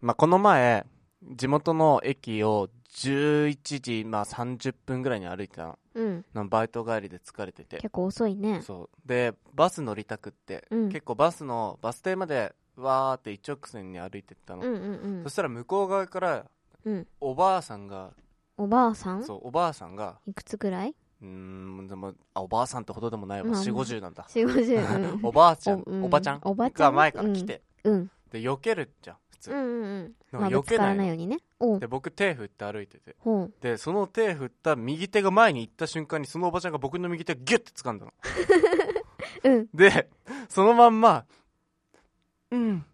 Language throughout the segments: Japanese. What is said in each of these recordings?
まあ、この前、地元の駅を11時、まあ、30分ぐらいに歩いてたのうん。なんバイト帰りで疲れてて結構遅いね。そうでバス乗りたくって、うん結構バスのバス停までわーって一直線に歩いてったの、うんうんそしたら向こう側からうん。うん。おばあさんがおばあさんそうおばあさんがいくつぐらいうーんでもあおばあさんってほどでもないわまあまあ4 5 0なんだ四五十。うん おばあちゃんおうんおばちゃんおばちゃがん前から来て、うん。で避けるじゃん普通、うんうんうん。でまもあ、避ぶつけかならいないのようにね。おうで僕手振って歩いててほう。でその手振った右手が前に行った瞬間にそのおばちゃんが僕の右手をギュッて掴んだのうん。で、そのまんま、うん、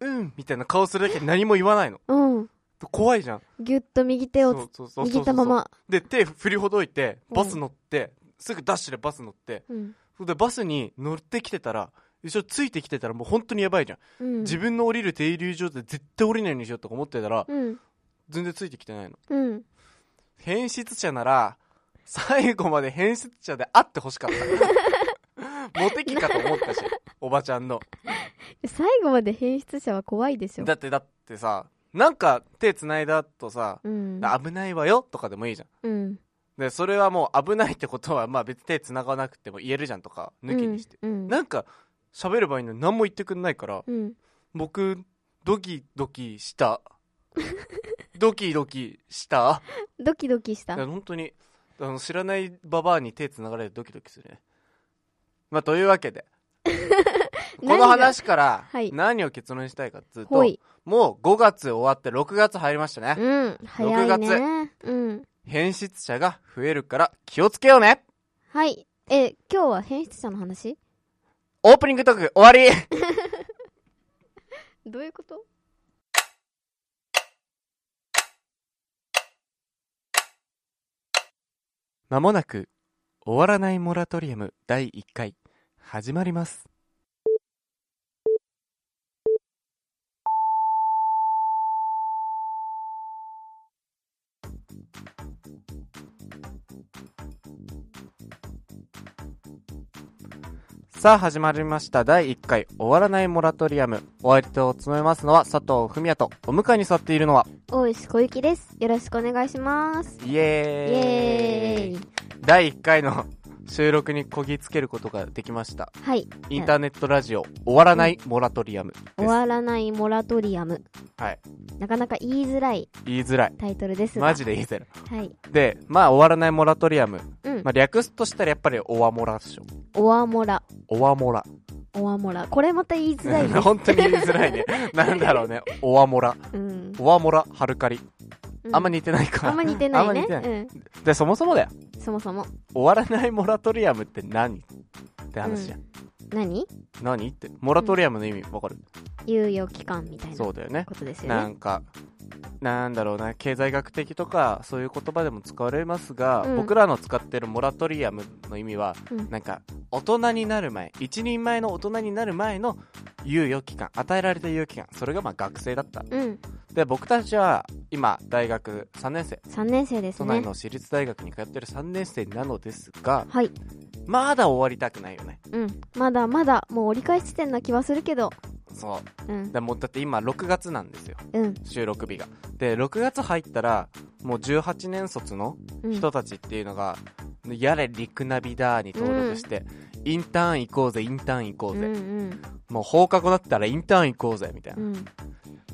うん、みたいな顔するだけで何も言わないの。うん。怖いじゃん。ぎゅっと右手をつそうそうそうそう握ったま。ま。で、手振りほどいて、うんバス乗って、すぐダッシュでバス乗って、うん。で、バスに乗ってきてたら、一緒についてきてたらもう本当にやばいじゃん。うん。自分の降りる停留所で絶対降りないようにしようとか思ってたら、うん。全然ついてきてないの。うん。変質者なら、最後まで変質者であってほしかっ た。モテ期かと思ったし、おばちゃんの。最後まで変質者は怖いでしょ。だってだってさなんか手繋いだとさ、うん。危ないわよとかでもいいじゃんうん。でそれはもう危ないってことはまあ別に手繋がなくても言えるじゃんとか抜きにして、うん。うんなんか喋ればいいのに何も言ってくんないからうん。僕ドキドキした ドキドキしたドキドキしいた。や本当にあの知らないババアに手繋がれるドキドキするねまあというわ けでこの話からはい何を結論にしたいかっつうと、ほい。もう5月終わって6月入りましたね。うん。早いね。うん。変質者が増えるから気をつけようねはい。え、今日は変質者の話オープニングトーク終わりどういうことまもなく、終わらないモラトリアム第1回、始まります。さあ始まりました第1回終わらないモラトリアムお相手を務めますのは佐藤文也とお迎えに座っているのは大石小雪です。よろしくお願いします。イイエエーイ。第1回の収録にこぎつけることができました。はい。インターネットラジオ、終わらないモラトリアムです。終わらないモラトリアム。はい。なかなか言いづらい言いづらい。タイトルですが。マジで言いづらい。はい。で、まあ、終わらないモラトリアム。うんまあ、。略すとしたらやっぱり、オワモラでしょ。オワモラ。オワモラ。オワモラ。これまた言いづら いね。本当に言いづら いね。なんだろうね。オワモラ。うん。オワモラ、ハルカリ。うんあんま似てないかあら。んま似てないあんま似ね。てないうで、そもそもだよ。ん。そもそも。終わらないモラトリアムって何って話じゃん。何何って。モラトリアムの意味わかる、猶予期間みたいなそこうだよね。とですよなね。んか、なんだろうな、経済学的とか、そういう言葉でも使われますが、うん僕らの使ってるモラトリアムの意味は、うんなんか、大人になる前、一人前の大人になる前の猶予期間、与えられた猶予期間、それがまあ学生だった。うん。で、僕たちは、今、大学3年生、 3年生です都ね内。の私立大学に通ってる3年生なのですが、はい。まだ終わりたくないよね。うん。まだまだ、もう折り返し地点な気はするけど。そう。うん。だもうだって今、6月なんですよ、うん。収録日が。で、6月入ったら、もう18年卒の、うん。人たちっていうのが、やれリクナビだーに登録して、インターン行こうぜ、インターン行こううんうぜ。ん。もう放課後だったらインターン行こうぜ、みたいうな。ん。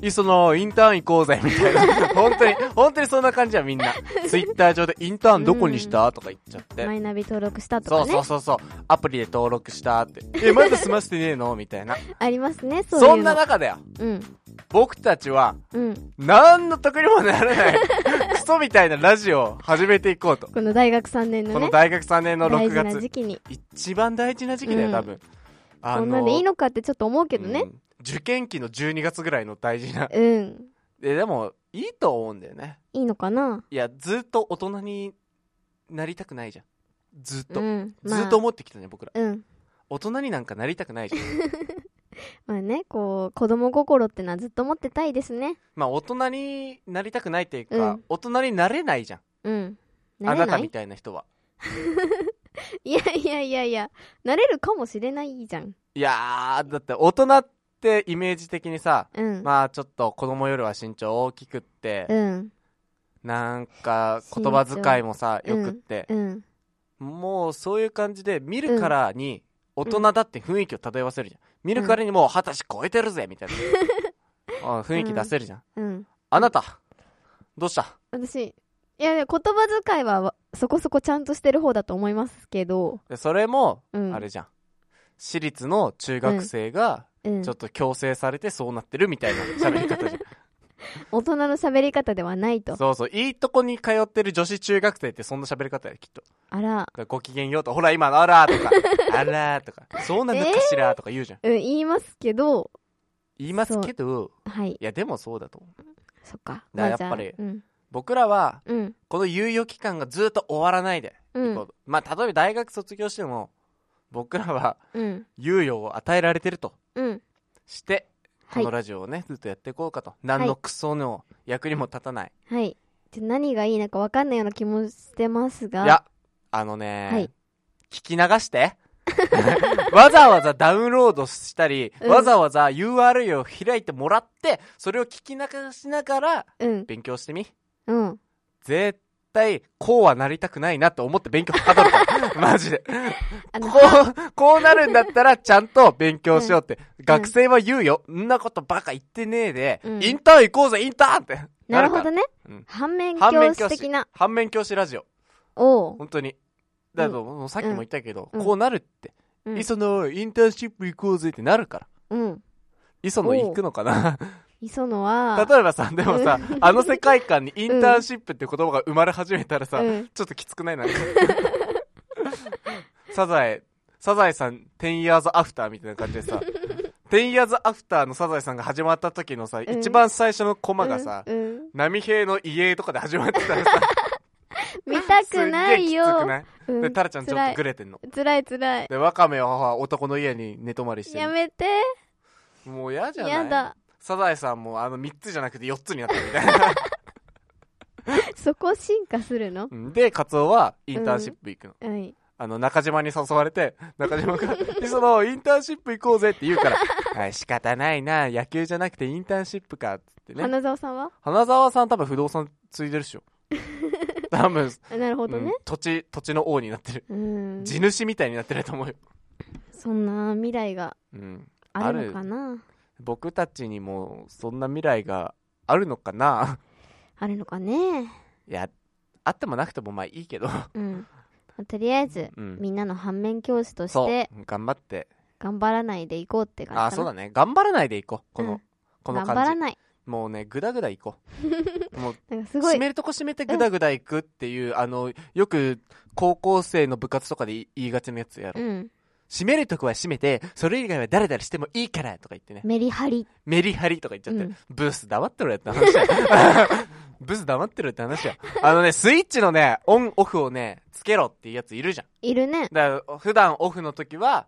いっその、インターン行こうぜ、みたい な。本当に、本当にそんな感じはみんな。ツイッター上でインターンどこにしたとか言っちゃって。マイナビ登録したとそかうそうね。そうそう。アプリで登録したって。え、まだ済ませてねえのみたいな。ありますね、 そういうの。そんな中だよ。うん。僕たちは、うん。何の得にもなら ない、クソみたいなラジオを始めていこうと。この大学3年のこのね。大学3年の大6事月。な時期に。一番大事な時期だよ、うん多分。あこんなんでいいのかってちょっと思うけどうね。ん受験期の12月ぐらいの大事な。うん。で、でも、いいと思うんだよね。いいのかないや、ずっと大人になりたくないじゃん。ずっと。うん。まあずっと思ってきたね、僕ら。うん。大人になんかなりたくないじゃ ん。まあね、こう、子供心ってのはずっと持ってたいですね。まあ、大人になりたくないっていうか、うん大人になれないじゃん。うん。なあれななたいみたいな人は。いやいやいやいや、なれるかもしれないじゃん。いやー、だって大人っってイメージ的にさ、うん。まあちょっと子供よりは身長大きくって、うん。なんか言葉遣いもさ、身長よくって、うん。もうそういう感じで見るからに大人だって雰囲気を漂わせるじゃん。見るからにもう二十歳超えてるぜみたい な。あ雰囲気出せるじゃん。うん。あなた、どうした私、いや、いや言葉遣いはわそこそこちゃんとしてる方だと思いますけど、でそれも、うん。あれじゃん。私立の中学生がうんちょっと強制されてそうなってるみたいな喋り 方じゃん。大人の喋り方ではないと。そうそう、いいとこに通ってる女子中学生ってそんな喋り方や、きっと。だかあら、らご機嫌ようと、ほら今のあら ーとか、あらーとか、そうなのかしらーとか言うじゃん。うん、言いますけど、言いますけど、はい、いやでもそうだと思う。そっか。だからまあじゃあやっぱりうん。僕らは、うん。この猶予期間がずっと終わらないで、うこん。うまあ例えば大学卒業しても、僕らは うん。猶予を与えられてるとうん。して、はこいの。ラジオをね、ずっとやっていこうかと。何のクソの役にも立たない。はい。ちょ何がいいのかわかんないような気もしてますが。いや、あのね、はい聞き流 して。 わざわざダウンロードしたり、うんわざわざ URL を開いてもらって、それを聞き流しながらうん。勉強してみ。うん。絶対、こうはなりたくないなって思って勉強はかるから。 マジで。あ の、こう、こうなるんだったらちゃんと勉強しようって。学生は言うよ。んなことばか言ってねえで、うんインターン行こうぜ、インターンって。なるほどね。ねうん。反面反面教教師師的な。反面教師ラジオ。おう。本当に。だと、もうさっきも言ったけど、うんこうなるって。うん磯野インターンシップ行こうぜってなるからうん。磯野行くのかな磯野は、例えばさでもさあの世界観にインターンシップって言葉が生まれ始めたらさ、うんちょっときつくないなんか サザエサザエさん10 years after みたいな感じでさ10 years after のサザエさんが始まった時のさ、ん一番最初のコマがさ、うんうん波平の家とかで始まってたら さ見たすっくげなえきいつよ。くない、うんでタラちゃんちょっ辛といグレてんの辛い辛い。でワカメは男の家に寝泊まりしてやるめて。もう嫌じゃないやだ。サザエさんもあの3つじゃなくて4つになってるみたい なそこ進化するのうんでカツオはインターンシップ行くの、はい。あの中島に誘われて 中島が「そのインターンシップ行こうぜ」って言うから 「はい仕方ないな野球じゃなくてインターンシップか」っつってね花澤さんは 花澤さん多分不動産継いでるっしょ多分、あなるほどうんね。土地土地の王になってるうん。地主みたいになってると思うよ、そんな未来がうん、あるのかな僕たちにもそんな未来があるのかな あるのかね。いやあってもなくてもまあいい けど、うん。まあとりあえず、うん、みんなの反面教師としそうて、頑張って頑張らないでいこうって感じかな。あそうだね頑張らないでいこうこの、うんこの頑張ら感じない。もうねグダグダいこうもうなんかすご締い。めるとこ締めてグダグダいくっていう、あのよく高校生の部活とかで言い言いがちのやつやろ、うん。締めるとこは締めてそれ以外は誰々してもいいからとか言ってねメリハリ。メリハリとか言っちゃってる、うんブス黙ってろやって話 やブス黙ってろって話やあのねスイッチのねオンオフをねつけろっていうやついるじゃんいるね。だから普段オフの時は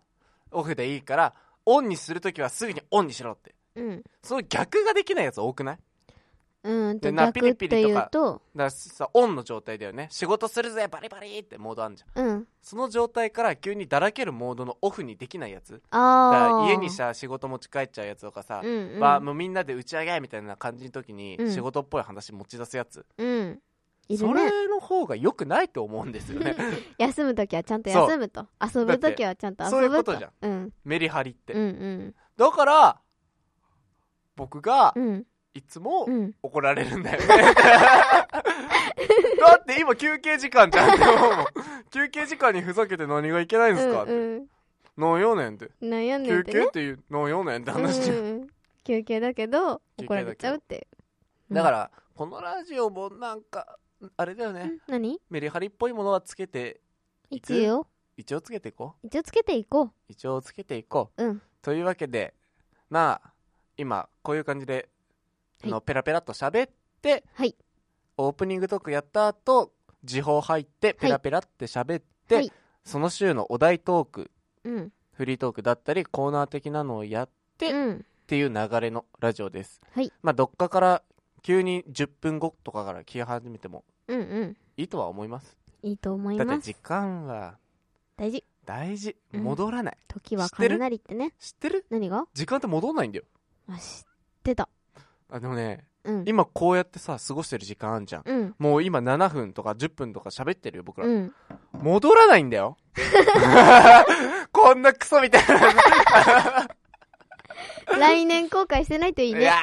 オフでいいからオンにする時はすぐにオンにしろってうん。その逆ができないやつ多くないうんとでな逆っていうだと、からさオンの状態だよね仕事するぜバリバリってモードあんじゃんうん。その状態から急にだらけるモードのオフにできないやつだかあらあ。家にさ仕事持ち帰っちゃうやつとかさ、うんうん、はもうみんなで打ち上げみたいな感じの時にうん仕事っぽい話持ち出すやつ、うん。いるそね。れの方が良くないと思うんですよね 休むときはちゃんと休むと。遊ぶときはちゃんと遊ぶと。そういうことじゃん。うん。 メリハリって、うんうん。だから僕がうん。いつも、うん。怒られるんだよね。 だって今休憩時間じゃんって思うもん。休憩時間にふざけて何がいけないんですかっうて。ん何よねんって。うん。悩んで休てね憩っ。ていう、何よねんって話じゃん。うんうん休憩だけど、怒られちゃうって。うんだか、ら、このラジオもなんか、あれだよね。うん何メリハリっぽいものはつけて、いく一応一応つけていこう。一応つけていこ一応つけていこう。う。うん。というわけで、まあ、今、こういう感じで、あはのペラペラっと喋って、はいオープニングトークやった後、時報入って、ペラペラって喋って、はいその週のお題トーク、うん。フリートークだったり、コーナー的なのをやっでうん。ていう流れのラジオです。はいまあ、どっかから急に10分後とかから消え始めてもうんうん。いいとは思います。いいと思いだっまてす。時間は大事。大事うん戻らない、時は雷ってね知ってる何が時間って戻んないんだよあ知ってたあでもねうん今こうやってさ過ごしてる時間あんじゃんうんもう今7分とか10分とか喋ってるよ僕ら、うん戻らないんだよ こんなクソみたいな来年後悔してないといいいねや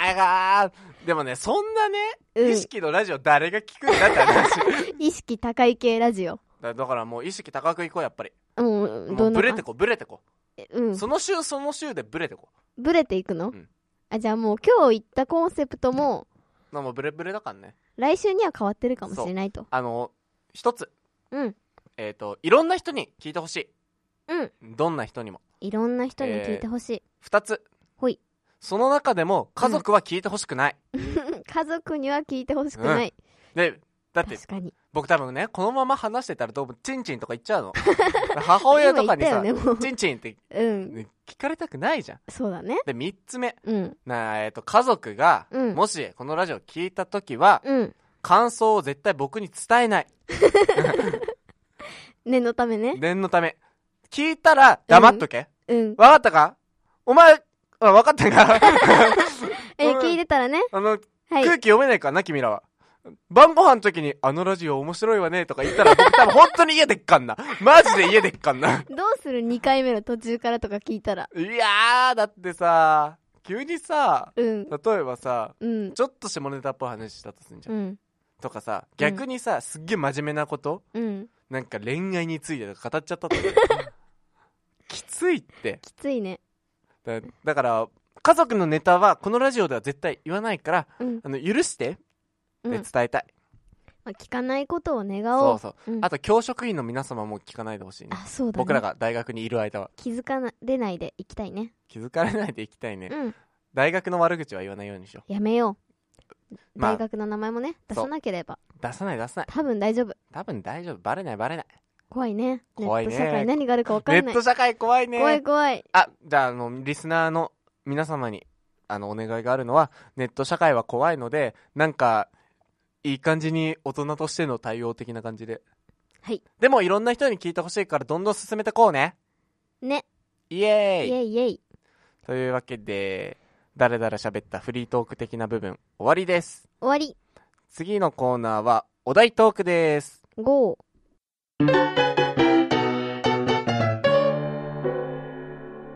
あでもねそんなね、うん意識のラジオ誰が聞くんだって話 意識高い系ラジオだだからもう意識高くいこうやっぱりうんうんもどうんなブレてこうブレてこうう、んその週その週でブレてこブレていくの、うんあじゃあもう今日言ったコンセプトもうなもうブレブレだからね来週には変わってるかもしれないとあの一つうんえっ、といろんな人に聞いてほしいうんどんな人にもいろんな人に聞いてほしい、二つほいその中でも家族は聞いてほしくない、家族には聞いてほしくない、でだって確かに僕多分ねこのまま話してたらどうもチンチンとか言っちゃう の母親とかにさ、今言ったよねもうチンチンってうんね聞かれたくないじゃんそうだねで3つ目うんな、えっと家族が、うんもしこのラジオ聞いた時は、うん感想を絶対僕に伝えない念のためね念のため聞いたら黙っとけ、うんわかったかお前あわかったか えうん聞いてたらねあのはい空気読めないからな、君らは。晩ご飯の時に、あのラジオ面白いわね、とか言ったら、僕多分本当に家でっかんな。マジで家でっかんな。どうする2回目の途中からとか聞いたらいやー、だってさ、急にさ、うん例えばさ、うんちょっと下ネタっぽい話したとすんじゃ。うんんとかさ、逆にさ、すっげえ真面目なことうんなんか恋愛についてとか語っちゃったとか。きついって。きついねだだから、家族のネタはこのラジオでは絶対言わないから、うん、あの、許してってうん伝まえたい。あ、聞かないことを願そおううそう。うんあと教職員の皆様も聞かないでほしいねあそうだね僕らが大学にいる間は気づかれないでいきたいね気づかれないでいきたいね、うん大学の悪口は言わないようにしよやめよううま大あ学の名前もね出さなければ出さない出さない多分大丈夫多分大丈夫バレないバレない怖いね怖いねネット社会何があるか分かネんなッいト社会怖いね怖い怖いあじゃああのリスナーの皆様にあのお願いがあるのはネット社会は怖いのでなんかいい感じに大人としての対応的な感じではいでもいろんな人に聞いてほしいからどんどん進めてこうねねイエーイイエイイエイというわけでだらだら喋ったフリートーク的な部分終わりです終わり次のコーナーはお題トークですゴ札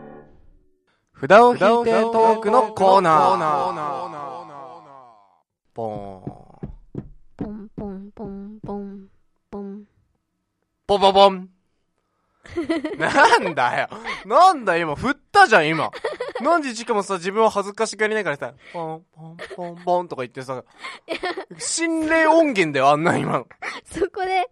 を引いてトークのコーナーポーンーポンポンポンポンポンポポポンなんだよなんだよ今振ったじゃん今なんでしかもさ自分は恥ずかしがりながらさポンポンポンポンとか言ってさ心霊音源だよあんな今のそこで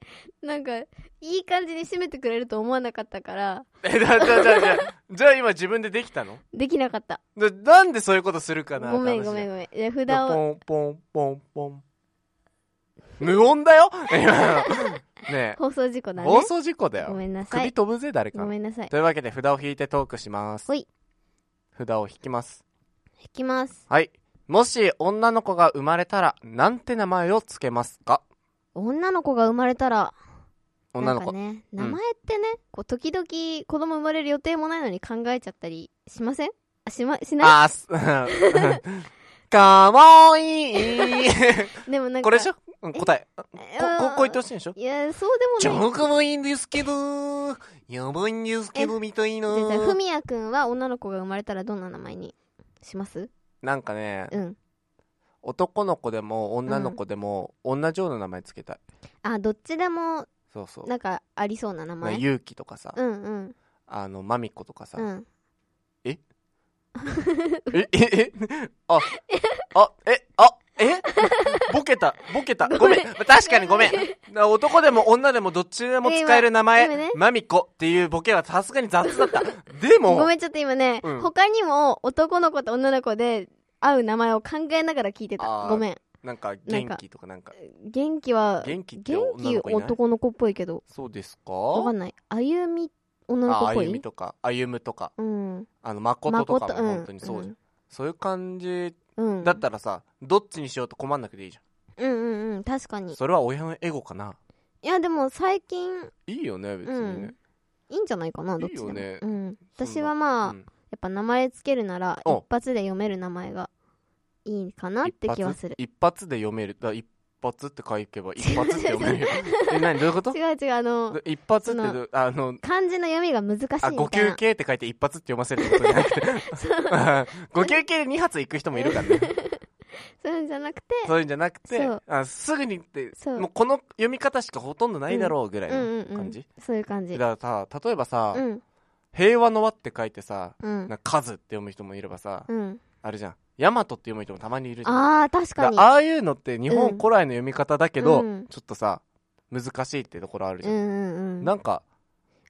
なんかいい感じに締めてくれると思わなかったからえだじゃあじゃあじゃあじゃあ今自分でできたのできなかったななんでそういうことするかなごめんごんめんごめんいや札をポンポンポンポン。無音だよ 今のね放送事故え、だね放送事故だごよ。めんなさ首い飛ぶぜ、誰ごか。めんなさいというわけで、札を引いてトークします。ほい札を引きます。引きますはい。もし女の子が生まれたら、なんて名前をつけますか女の子が生まれたら女の子。なんかね名前ってね、こう時々子供生まれる予定もないのに考えちゃったりしませんあしましないあーす、 かわいい。でもなんかこれでしょうん答え。こ、えーここう言ってほしいんでしょいやそうでもない超かわいいんですけど、やばいんですけど、みたいな。じゃあじゃあふみやくんは女の子が生まれたらどんな名前にしますなんかね、うん男の子でも女の子でも、同じような名前つけたいあどっちでもそうそうなんかありそうな名まあ前勇気とかさ、うんうんあのマミコとかさ、うんえええああえあえ ボケたボケたごめん確かにごめん男でも女でもどっちでも使える名前、今今ねマミコっていうボケはさすがに雑だったでもごめんちょっと今ね、うん他にも男の子と女の子で会う名前を考えながら聞いてあたーごめんなんか元気とかなんか元気は元気って女元気の子いない男の子っぽいけどそうですかわかんないあゆみ女の子あっぽ歩みいとか歩むとかうんあの誠とかもうん本当にそうじゃん、そういう感じうんだったらさどっちにしようと困んなくていいじうんうんうん確かゃんにそれは親のエゴかないやでも最近いいよね別にね、うんいいんじゃないかなどっちでもいいよねうそん、んな私はまあ、うんやっぱ名前つけるならお一発で読める名前がいいかなって気はする一発一発で読めるだ一発って書け ば一発って読めるよえ何どういうこと違う違うあの一発ってどあの漢字の読みが難しいみたあい五な級系って書いて一発って読ませるってことじゃな くて五級系で二発行く人もいるからねそういうんじゃなくてそういうんじゃなくてそうあすぐにってそうもうこの読み方しかほとんどないだろうぐらいうんうんのうん感じそういう感じだからさ例えばさうん「平和の輪」って書いてさうんなんか数って読む人もいればさうんあれじゃんヤマトって読む人もたまにいるじゃんああ確かだにああいうのって日本古来の読み方だけど、うんちょっとさ難しいってところあるじうゃん、んうんうんなんか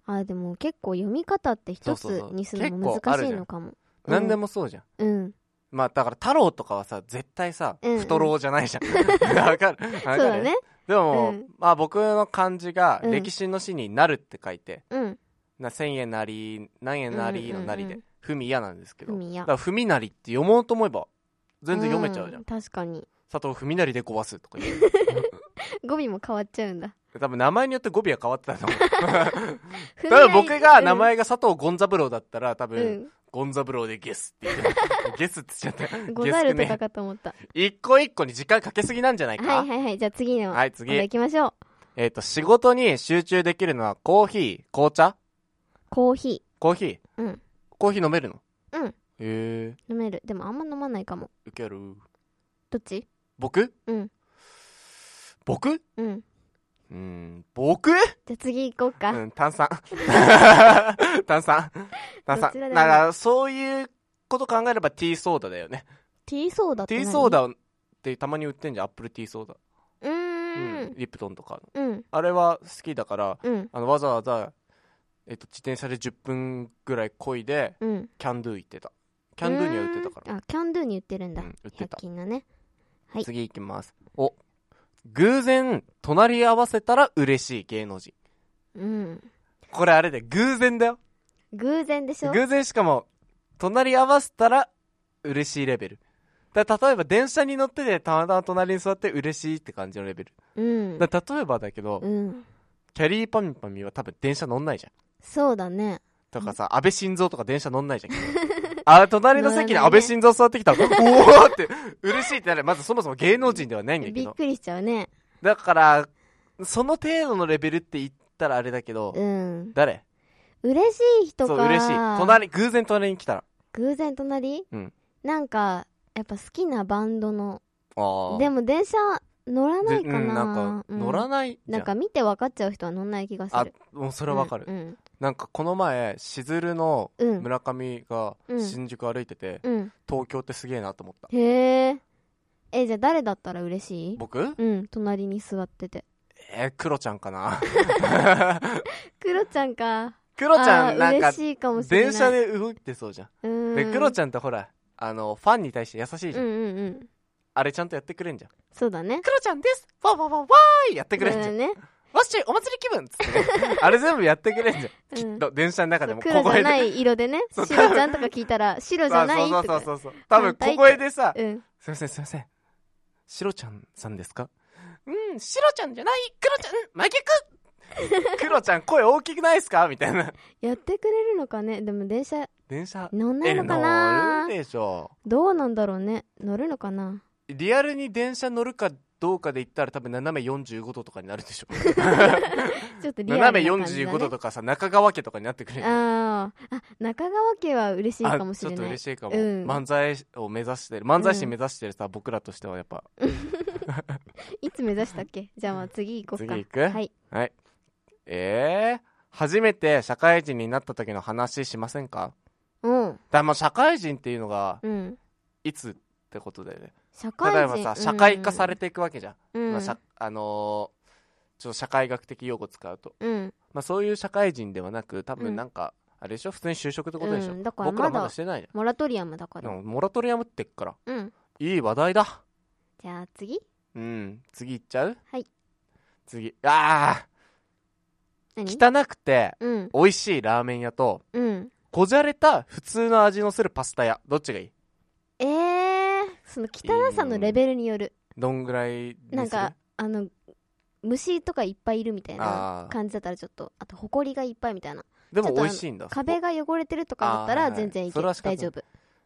あでも結構読み方って一そうそうつそうにするの結構あ難るしじいゃんのかもうん何でもそうじゃん、うんまあだから太郎とかはさ絶対さ、うんうん太郎じゃないじゃん わかるわかそうるだねでも、うんまあ僕の漢字がうん歴史の詩になるって書いて、うんな千円なり何円なりのなりうんうでんうんふみやなんですけどふみやだからふみなりって読もうと思えば全然読めちゃうじゃん、ん確かに佐藤ふみなりで壊すとか言う語尾も変わっちゃうんだ多分名前によって語尾は変わってたと思 うふみ多や分僕が名前が佐藤ゴンザブローだったら多うん分、ゴンザブローでゲスって言ってゲスって言っちゃった うんござるゲスとかねかと思った一個一個に時間かけすぎなんじゃないかはいはいはいじゃあ次のはいお題次行きましょうえっ、と仕事に集中できるのはコーヒー紅茶コーヒコーヒーーうんコーヒー飲めるのうんへえ飲めるでもあんま飲まないかもウケるどっち僕うん僕ううんーん僕じゃあ次行こうか、うん炭 酸炭酸炭ど酸ちらでもだからそういうこと考えればティーソーダだよねティーソーダってティ何ーソーダってたまに売ってんじゃんアップルティーソーダ、うーうんんリプトンとかのうんあれは好きだからうんあのわざわざ、えっと、自転車で10分ぐらい漕いでうんキャンドゥ行ってたキャンドゥには売ってたかららあキャンドゥに売ってるんだ、うん売って百た均のねはい次行きますお偶然隣り合わせたら嬉しい芸能人うんこれあれで偶然だよ偶然でしょ偶然しかも隣り合わせたら嬉しいレベルだ例えば電車に乗っててたまたま隣に座って嬉しいって感じのレベルうんだ例えばだけど、うんキャリーパミュパミュは多分電車乗んないじゃんそうだねとかさ、安倍晋三とか電車乗んないじゃん。 あ、隣の席に安倍晋三座ってきたら、おおーって、嬉しいってなる。まずそもそも芸能人ではないんだけびっど。くりしちゃうねだから、その程度のレベルって言ったらあれだけど、うん誰嬉しい人そかう、嬉しい。隣、偶然隣に来たら。偶然隣、うんなんかやっぱ好きなバンドのあーでも電車乗らないでかな,、うんなんか、乗らいないじゃなんん。か見て分かっちゃう人は乗んない気がすある、もうそれはわかる。うんなんかこの前、しずるのうん、村上がうん新宿歩いてて、うんうん東京ってすげえなと思った。へええじゃあ誰だったら嬉しい僕うん隣に座っててえー、クロちゃんかな。クロちゃんかクロちゃあーんなんか嬉しいかもしれない電車で動いてそうじゃん、うんでクロちゃんってほらあのファンに対して優しいじゃん、うんうんうんあれちゃんとやってくれんじゃんそうだねクロちゃんですわわわわーいやってくれんじゃん、ねわっしーお祭り気分っつってね、 あれ全部やってくれんじゃん、うきんっと電車の中でも黒じゃでない色でねそう白ちゃんとか聞いたら白じゃないそうそうとかそうそう多分小声でさ、うんすいませんすいませんシロちゃんさんですかうんシロちゃんじゃないクロちゃん真逆 クロちゃん声大きくないですかみたいなやってくれるのかねでも電車電車乗んないのか乗なるでしょどうなんだろうね乗るのかなリアルに電車乗るかどうかで言ったら多分斜め45度とかになるでしょ。 ちょっとリアルな斜感めじだ、ね、 45度とかさ、中川家とかになってくれる。あーあ中川家は嬉しいかもしちょれっとない嬉しいかも。うん漫才を目指してる、漫才師目指してるさ、僕らとしてはやっぱ。いつ目指したっけじゃあまあ次行こうか次行くはいはい。えー、初めて社会人になった時の話しませんかうんだまあ社会人っていうのが、うんいつってことだよね。社会人例えばさ、社会化されてていくわけじゃん。うん、まあ、社あのーちょっと社会学的用語使うと。うんまあ、そういう社会人ではなく多う分んなんか、あれでしょ普通に就職ってことでしょ、うんだから僕らままだだしてないじモラトリアムだかゃんでらもモラトリアムってっからうんいい話題だじゃあ次うん次行っちゃうはい次あ何ー汚くてうん美味しいラーメン屋とうんこじゃれた普通の味のするパスタ屋どっちがいいえー、その汚さのレベルによるどんぐらいにするなんかあの虫とかいっぱいいるみたいなあー感じだったらちょっとあと埃がいっぱいみたいなでちょもっとあの美味しいんだ。壁が。が汚れてるとかだったあーらはいはい全然いけそれるは仕方な大い丈夫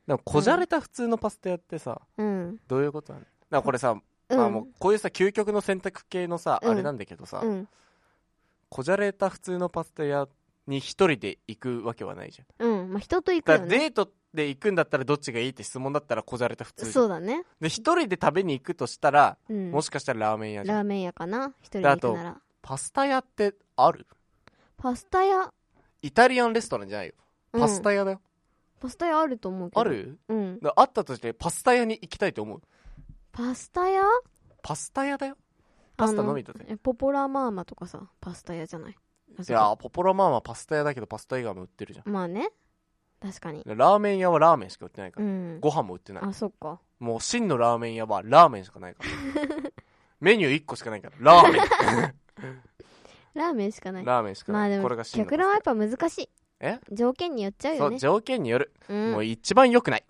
でも、こじゃれた普通のパスタやってさ、うんどういうことなのだからこれさ、うんまあもう、こういうさ、究極の選択系のさ、うんあれなんだけどさ、うんこじゃれた普通のパスタ屋に一人で行くわけはないじゃん。うんまあ人と行くだよからねデートで行くんだったらどっちがいいって質問だったらこじゃれた普通じゃんそうだねで、一人で食べに行くとしたら、うんもしかしたらラーメン屋じゃん。ラーメン屋かな一人で行くならパスタ屋ってあるパスタ屋イタリアンレストランじゃないよ。うんパスタ屋だよ。パスタ屋あると思うけどあるうんだからあったとして、パスタ屋に行きたいと思う。パスタ屋パスタ屋だよ。パスタのみだぜあのえポポラマーマとかさパスタ屋じゃないあいそこやーポポラマンはパスタ屋だけどパスタ以外も売ってるじゃまあね確かにん。ラーメン屋はラーメンしか売ってないかうら。んご飯も売ってない。あそっかもう真のラーメン屋はラーメンしかないから。 メニュー1個しかないから。ラーメラーメンしかなン。いラーメンしかまなあでい。こもれが真の逆論はやっぱ難しいえ条件によっちゃうそよう、ね条件による。うんもう一番良く ない。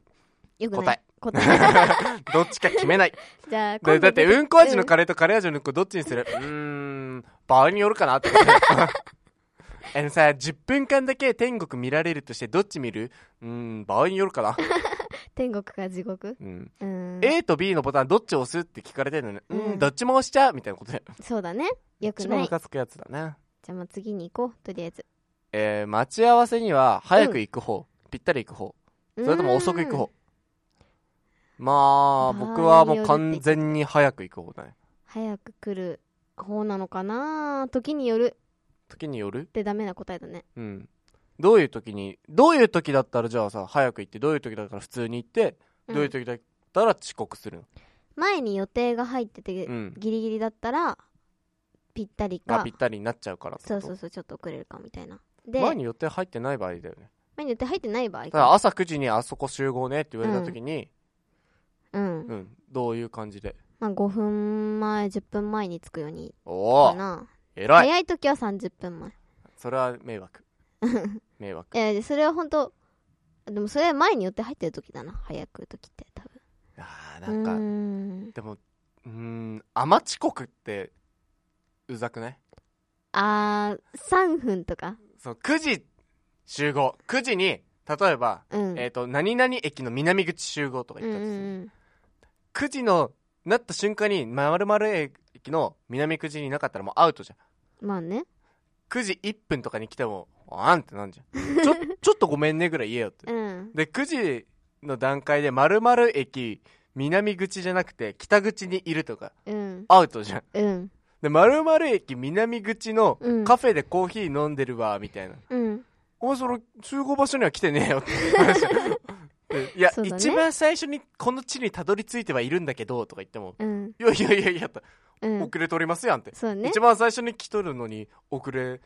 よくな答い 答えどっちか決め ない。じゃあ今だ度だって、出うんこ味のカレーとカレー味のうんこどっちにするうーん、場合によるか なって ことだよあのさ、10分間だけ天国見られるとしてどっち見るうーん、場合によるかな。天国か地獄うん、うん A と B のボタンどっち押すって聞かれてるのね。ううんん、どっちも押しちゃうみたいなことだよ。そうだねよく一番なムいじゃカつくやつだな。あもう次に行こうとりあえずえー、待ち合わせには早く行く方、ぴったり行く方、それとも遅く行くうーん方。まあ、場合僕はもにようる完全に早く行く方だね。早く来る方なのかな時による時によるってダメな答えだねうん。どういう時に、どういう時だったらじゃあさ、早く行って、どういう時だったら普通に行って、うんどういう時だったら遅刻するの。前に予定が入っててうん。ギリギリだったらぴったりがかぴったりになっちゃうからってことそうそうそうちょっと遅れるかみたいなで前に予定入ってない場合だよね。前に予定入ってない場合ただ朝9時にあそこ集合ねって言われた時に、うんうん、どういう感じで。まあ5分前10分前に着くようにおかおな偉い早い時は30分前それは迷 惑。迷惑。えそれは本当でもそれは前に予定入ってる時だな早く来る時って多ああ、な分んか、んでも、うーん、甘遅刻って、うざくないあー3分とかそう、9時集合。9時に、例えば、うんえっ、と、何々駅の南口集合とかう言んっうたんんです、うん9時の、なった瞬間に、まるまる駅の南口にいなかったらもうアウトじゃん。まあね9時1分とかに来ても、あんってなんじゃん。 ちょ、ちょっとごめんねぐらい言えよってう。んで、9時の段階で、まるまる駅、南口じゃなくて、北口にいるとか、うんアウトじゃん。うんで、まるまる駅南口のうんカフェでコーヒー飲んでるわ、みたいな。うんお前その集合場所には来てねえよ って話でいや、そうだね一番最初にこの地にたどり着いてはいるんだけどとか言ってもうんいやいやいやいやとうん遅れとりますやんって、そうね一番最初に来とるのに遅れ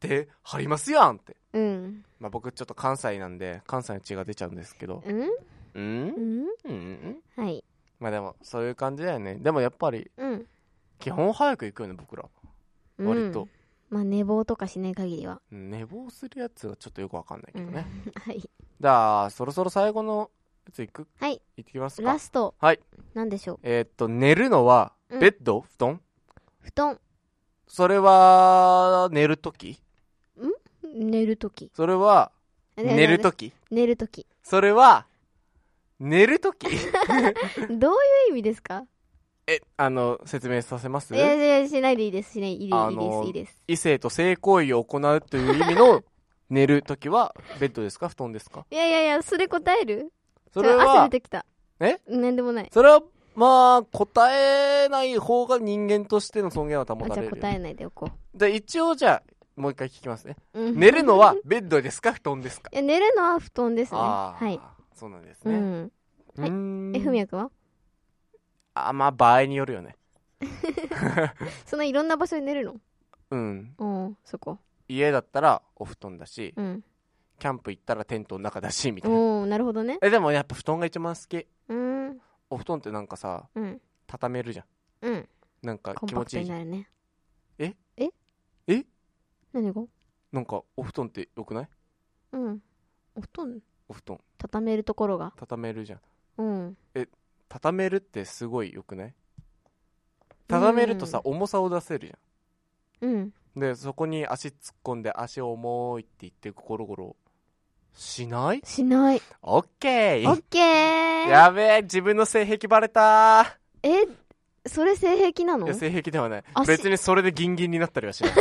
てはりますやんって、うんまあ、僕ちょっと関西なんで関西の血が出ちゃうんですけどうんうんうんうんうんはいまあでもそういう感じだよねでもやっぱりうん基本早く行くよね僕らうん割と、まあ寝坊とかしない限りはうん寝坊するやつがちょっとよくわかんないけどね、はいじゃあそろそろ最後のやつ行くはい行ってきますかラストはいなんでしょえーっと、寝るのは、うんベッド、布団う布団それは、寝るとき寝るときそれは、寝るとき寝るときそれは、寝る ときどういう意味ですかえ、あの、説明させますいやいやいやしないでいいですしないでいいであすのーいいです異性と性行為を行うという意味 の、寝るときは、ベッドですか布団ですかいやいやいやそれ答えるそれ汗は出、てきたえなんでもないそれは、まあ、答えない方が人間としての尊厳は保あたじゃれあるよ。答えないでおこで、一応じゃあ、もう一回聞きますね。う、うん、寝るのは、ベッドですか布団ですか いや寝るのは布団ですねあはあ、い、そうなんですうね。んはいうーんえふみやくんはあ、まあ場合によるよね。そのいろんな場所で寝るのうん。うんそこ家だったらお布団だし、うんキャンプ行ったらテントの中だし、みたいな。おーなるほどねえ、でもやっぱ布団が一番好き。うーんお布団ってなんかさ、うん畳めるじゃん。うんなんかコン気パ持クちトいいにじゃん。なるねえええ何がなんかお布団ってよくないうんお布団お布団。畳めるところが畳めるじゃん。うん畳めるってすごいよくない畳めるとさ、重さを出せるじゃん。うんで、そこに足突っ込んで足重いって言ってゴロゴロしないしない。オッケオーッケー。やべえ、自分の性癖バレたー。え、それ性癖なのいや、性癖ではない。足別にそれでギンギンになったりはしない。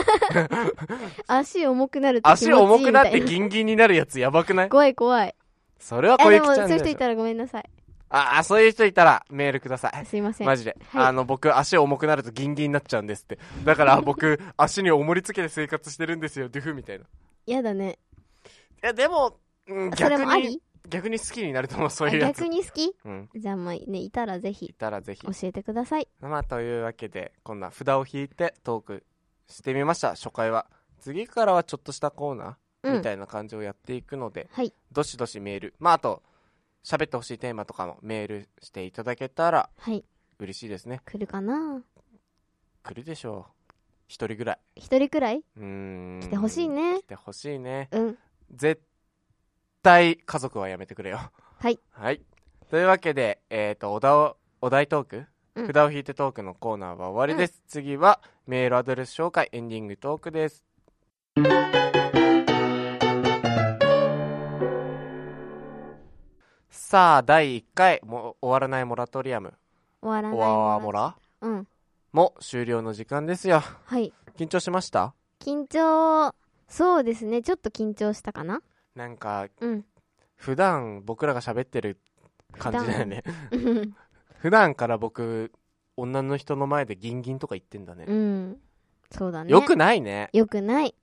足重くなるって気持ちい足い重くなっみてたいギンギンになるやつやばくない怖い怖い。それはあ、小で雪もちそゃんういうで人しいょ。たらごめんなさい。ああ、そういう人いたらメールください。すいません。マジで。はいあの、僕、足重くなるとギンギンになっちゃうんですって。だから僕、足に重りつけて生活してるんですよ、ドゥフみたいな。いやだね。や、でも、うんそれ逆もあに、り逆に好きになると思う、そうあいうやつ逆。に好きうん。じゃあまあね、いたらぜいひたらぜひ教。えてください。まあ、というわけで、こんな札を引いてトークしてみました、初回は。次からはちょっとしたコーナうーみん。たいな感じをやっていくので、はい。どしどしメール。まあ、あと、喋ってほしいテーマとかもメールしていただけたらはい。嬉しいですね。来るかな来るでしょう。一人ぐらい。一人くらいうーん。来てほしい。ね来。てほしいね。うん。絶対家族はやめてくれよ。はい。はい。というわけで、えっ、と、お題を、お題トーク、うん札を引いてトークのコーナーは終わりです。次はメールアドレス紹介、エンディングトークです。さあ、第1回、も終わらないモラトリアム、終わらなおいもの。わわモラうん。も終了の時間ですよ。はい。緊張しました緊張、そうですね。ちょっと緊張したかななんか、うん。普段僕らが喋ってる感じだよね。うん普段から僕、女の人の前でギンギンとか言ってんだね。うん。そうだね。よくないね。よくない。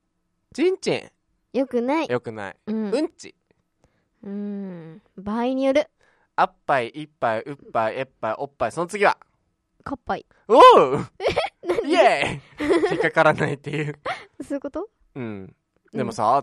ちんちん。よくない。よくない。うんう。んち。うん。場合による。あっぱい、いっぱい、うっぱい、えっぱい、おっぱい、その次は。かっぱい。おう イエ ーイ引っかからないっていう。そういうことうん。でもさ、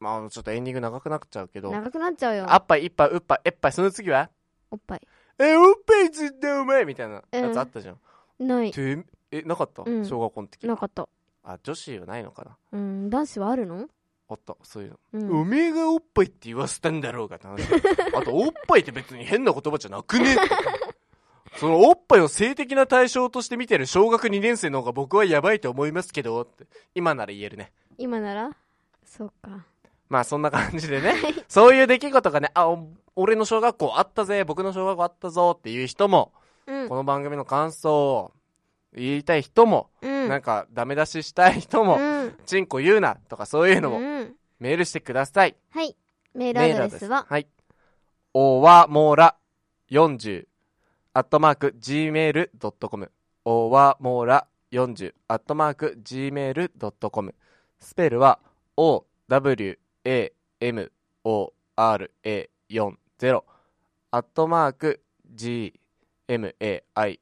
まあちょっとエンディング長くなっちゃうけど、長くなっちゃうよ。あっぱい、いっぱい、うっぱい、えっぱい、その次はおっぱい。え、おっぱいずっとうまいみたいなやつあったじゃん。ない。てえ、なかったうん小学校の時な。かった。あ、女子はないのかなうん。男子はあるのあった、そういうの。うん。おめえがおっぱいって言わせたんだろうがって話 あと、おっぱいって別に変な言葉じゃなくねってそのおっぱいを性的な対象として見てる小学2年生の方が僕はやばいと思いますけどって、今なら言えるね。今ならそうか。まあそんな感じでね、そういう出来事がね、あ、お俺の小学校あったぜ、僕の小学校あったぞっていう人も、うんこ。の番組の感想を言いたい人も、うん。なんかダメ出ししたい人も、うん。チンコ言うなとかそういうのうもんメールしてください。はい。メールアドレスは、はい。おわもら40、アットマーク、gmail.com。おわもら40、アットマーク、gmail.com。スペルは、o, w, a, m, o, r, a, 40、アットマーク、g, m, a, i,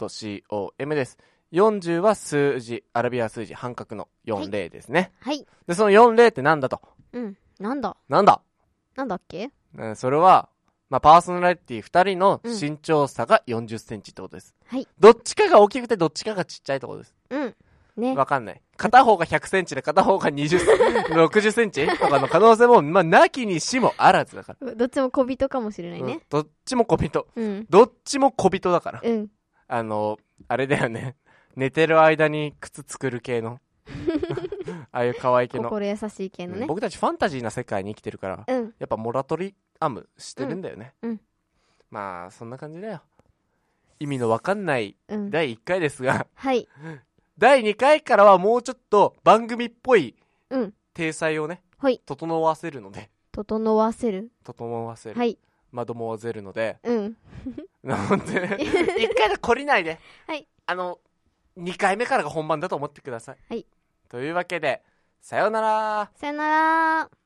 l.com です。40は数字、アラビア数字、半角の40ですね。はい。で、その40ってなんだと。うん。なんだなんだなんだっけうんそれは、まあ、パーソナリティ2人の身長差が40センチってことです。はいどっちかが大きくてどっちかがちっちゃいってことです。うん。ね。わかんない。片方が100センチで片方が20、60センチとかの可能性も、まあ、なきにしもあらずだから。どっちも小人かもしれないうんね。どっちも小人。うん。どっちも小人だから。うん。あの、あれだよね。寝てる間に靴作る系 の。ああいう可愛い系の。心優しい系のうねん。僕たちファンタジーな世界に生きてるから。うん。やっぱモラトリアムしてるんだよね、うんうんまあそんな感じだよ意味のわかんないうん。第1回ですが はい。第2回からはもうちょっと番組っぽいうん。体裁をね、はい整わせるので整わせる。整わせる、はい。窓もわせるの で うん。なので1回で懲りないで、はいあの2回目からが本番だと思ってください、はいというわけでさようならさよなら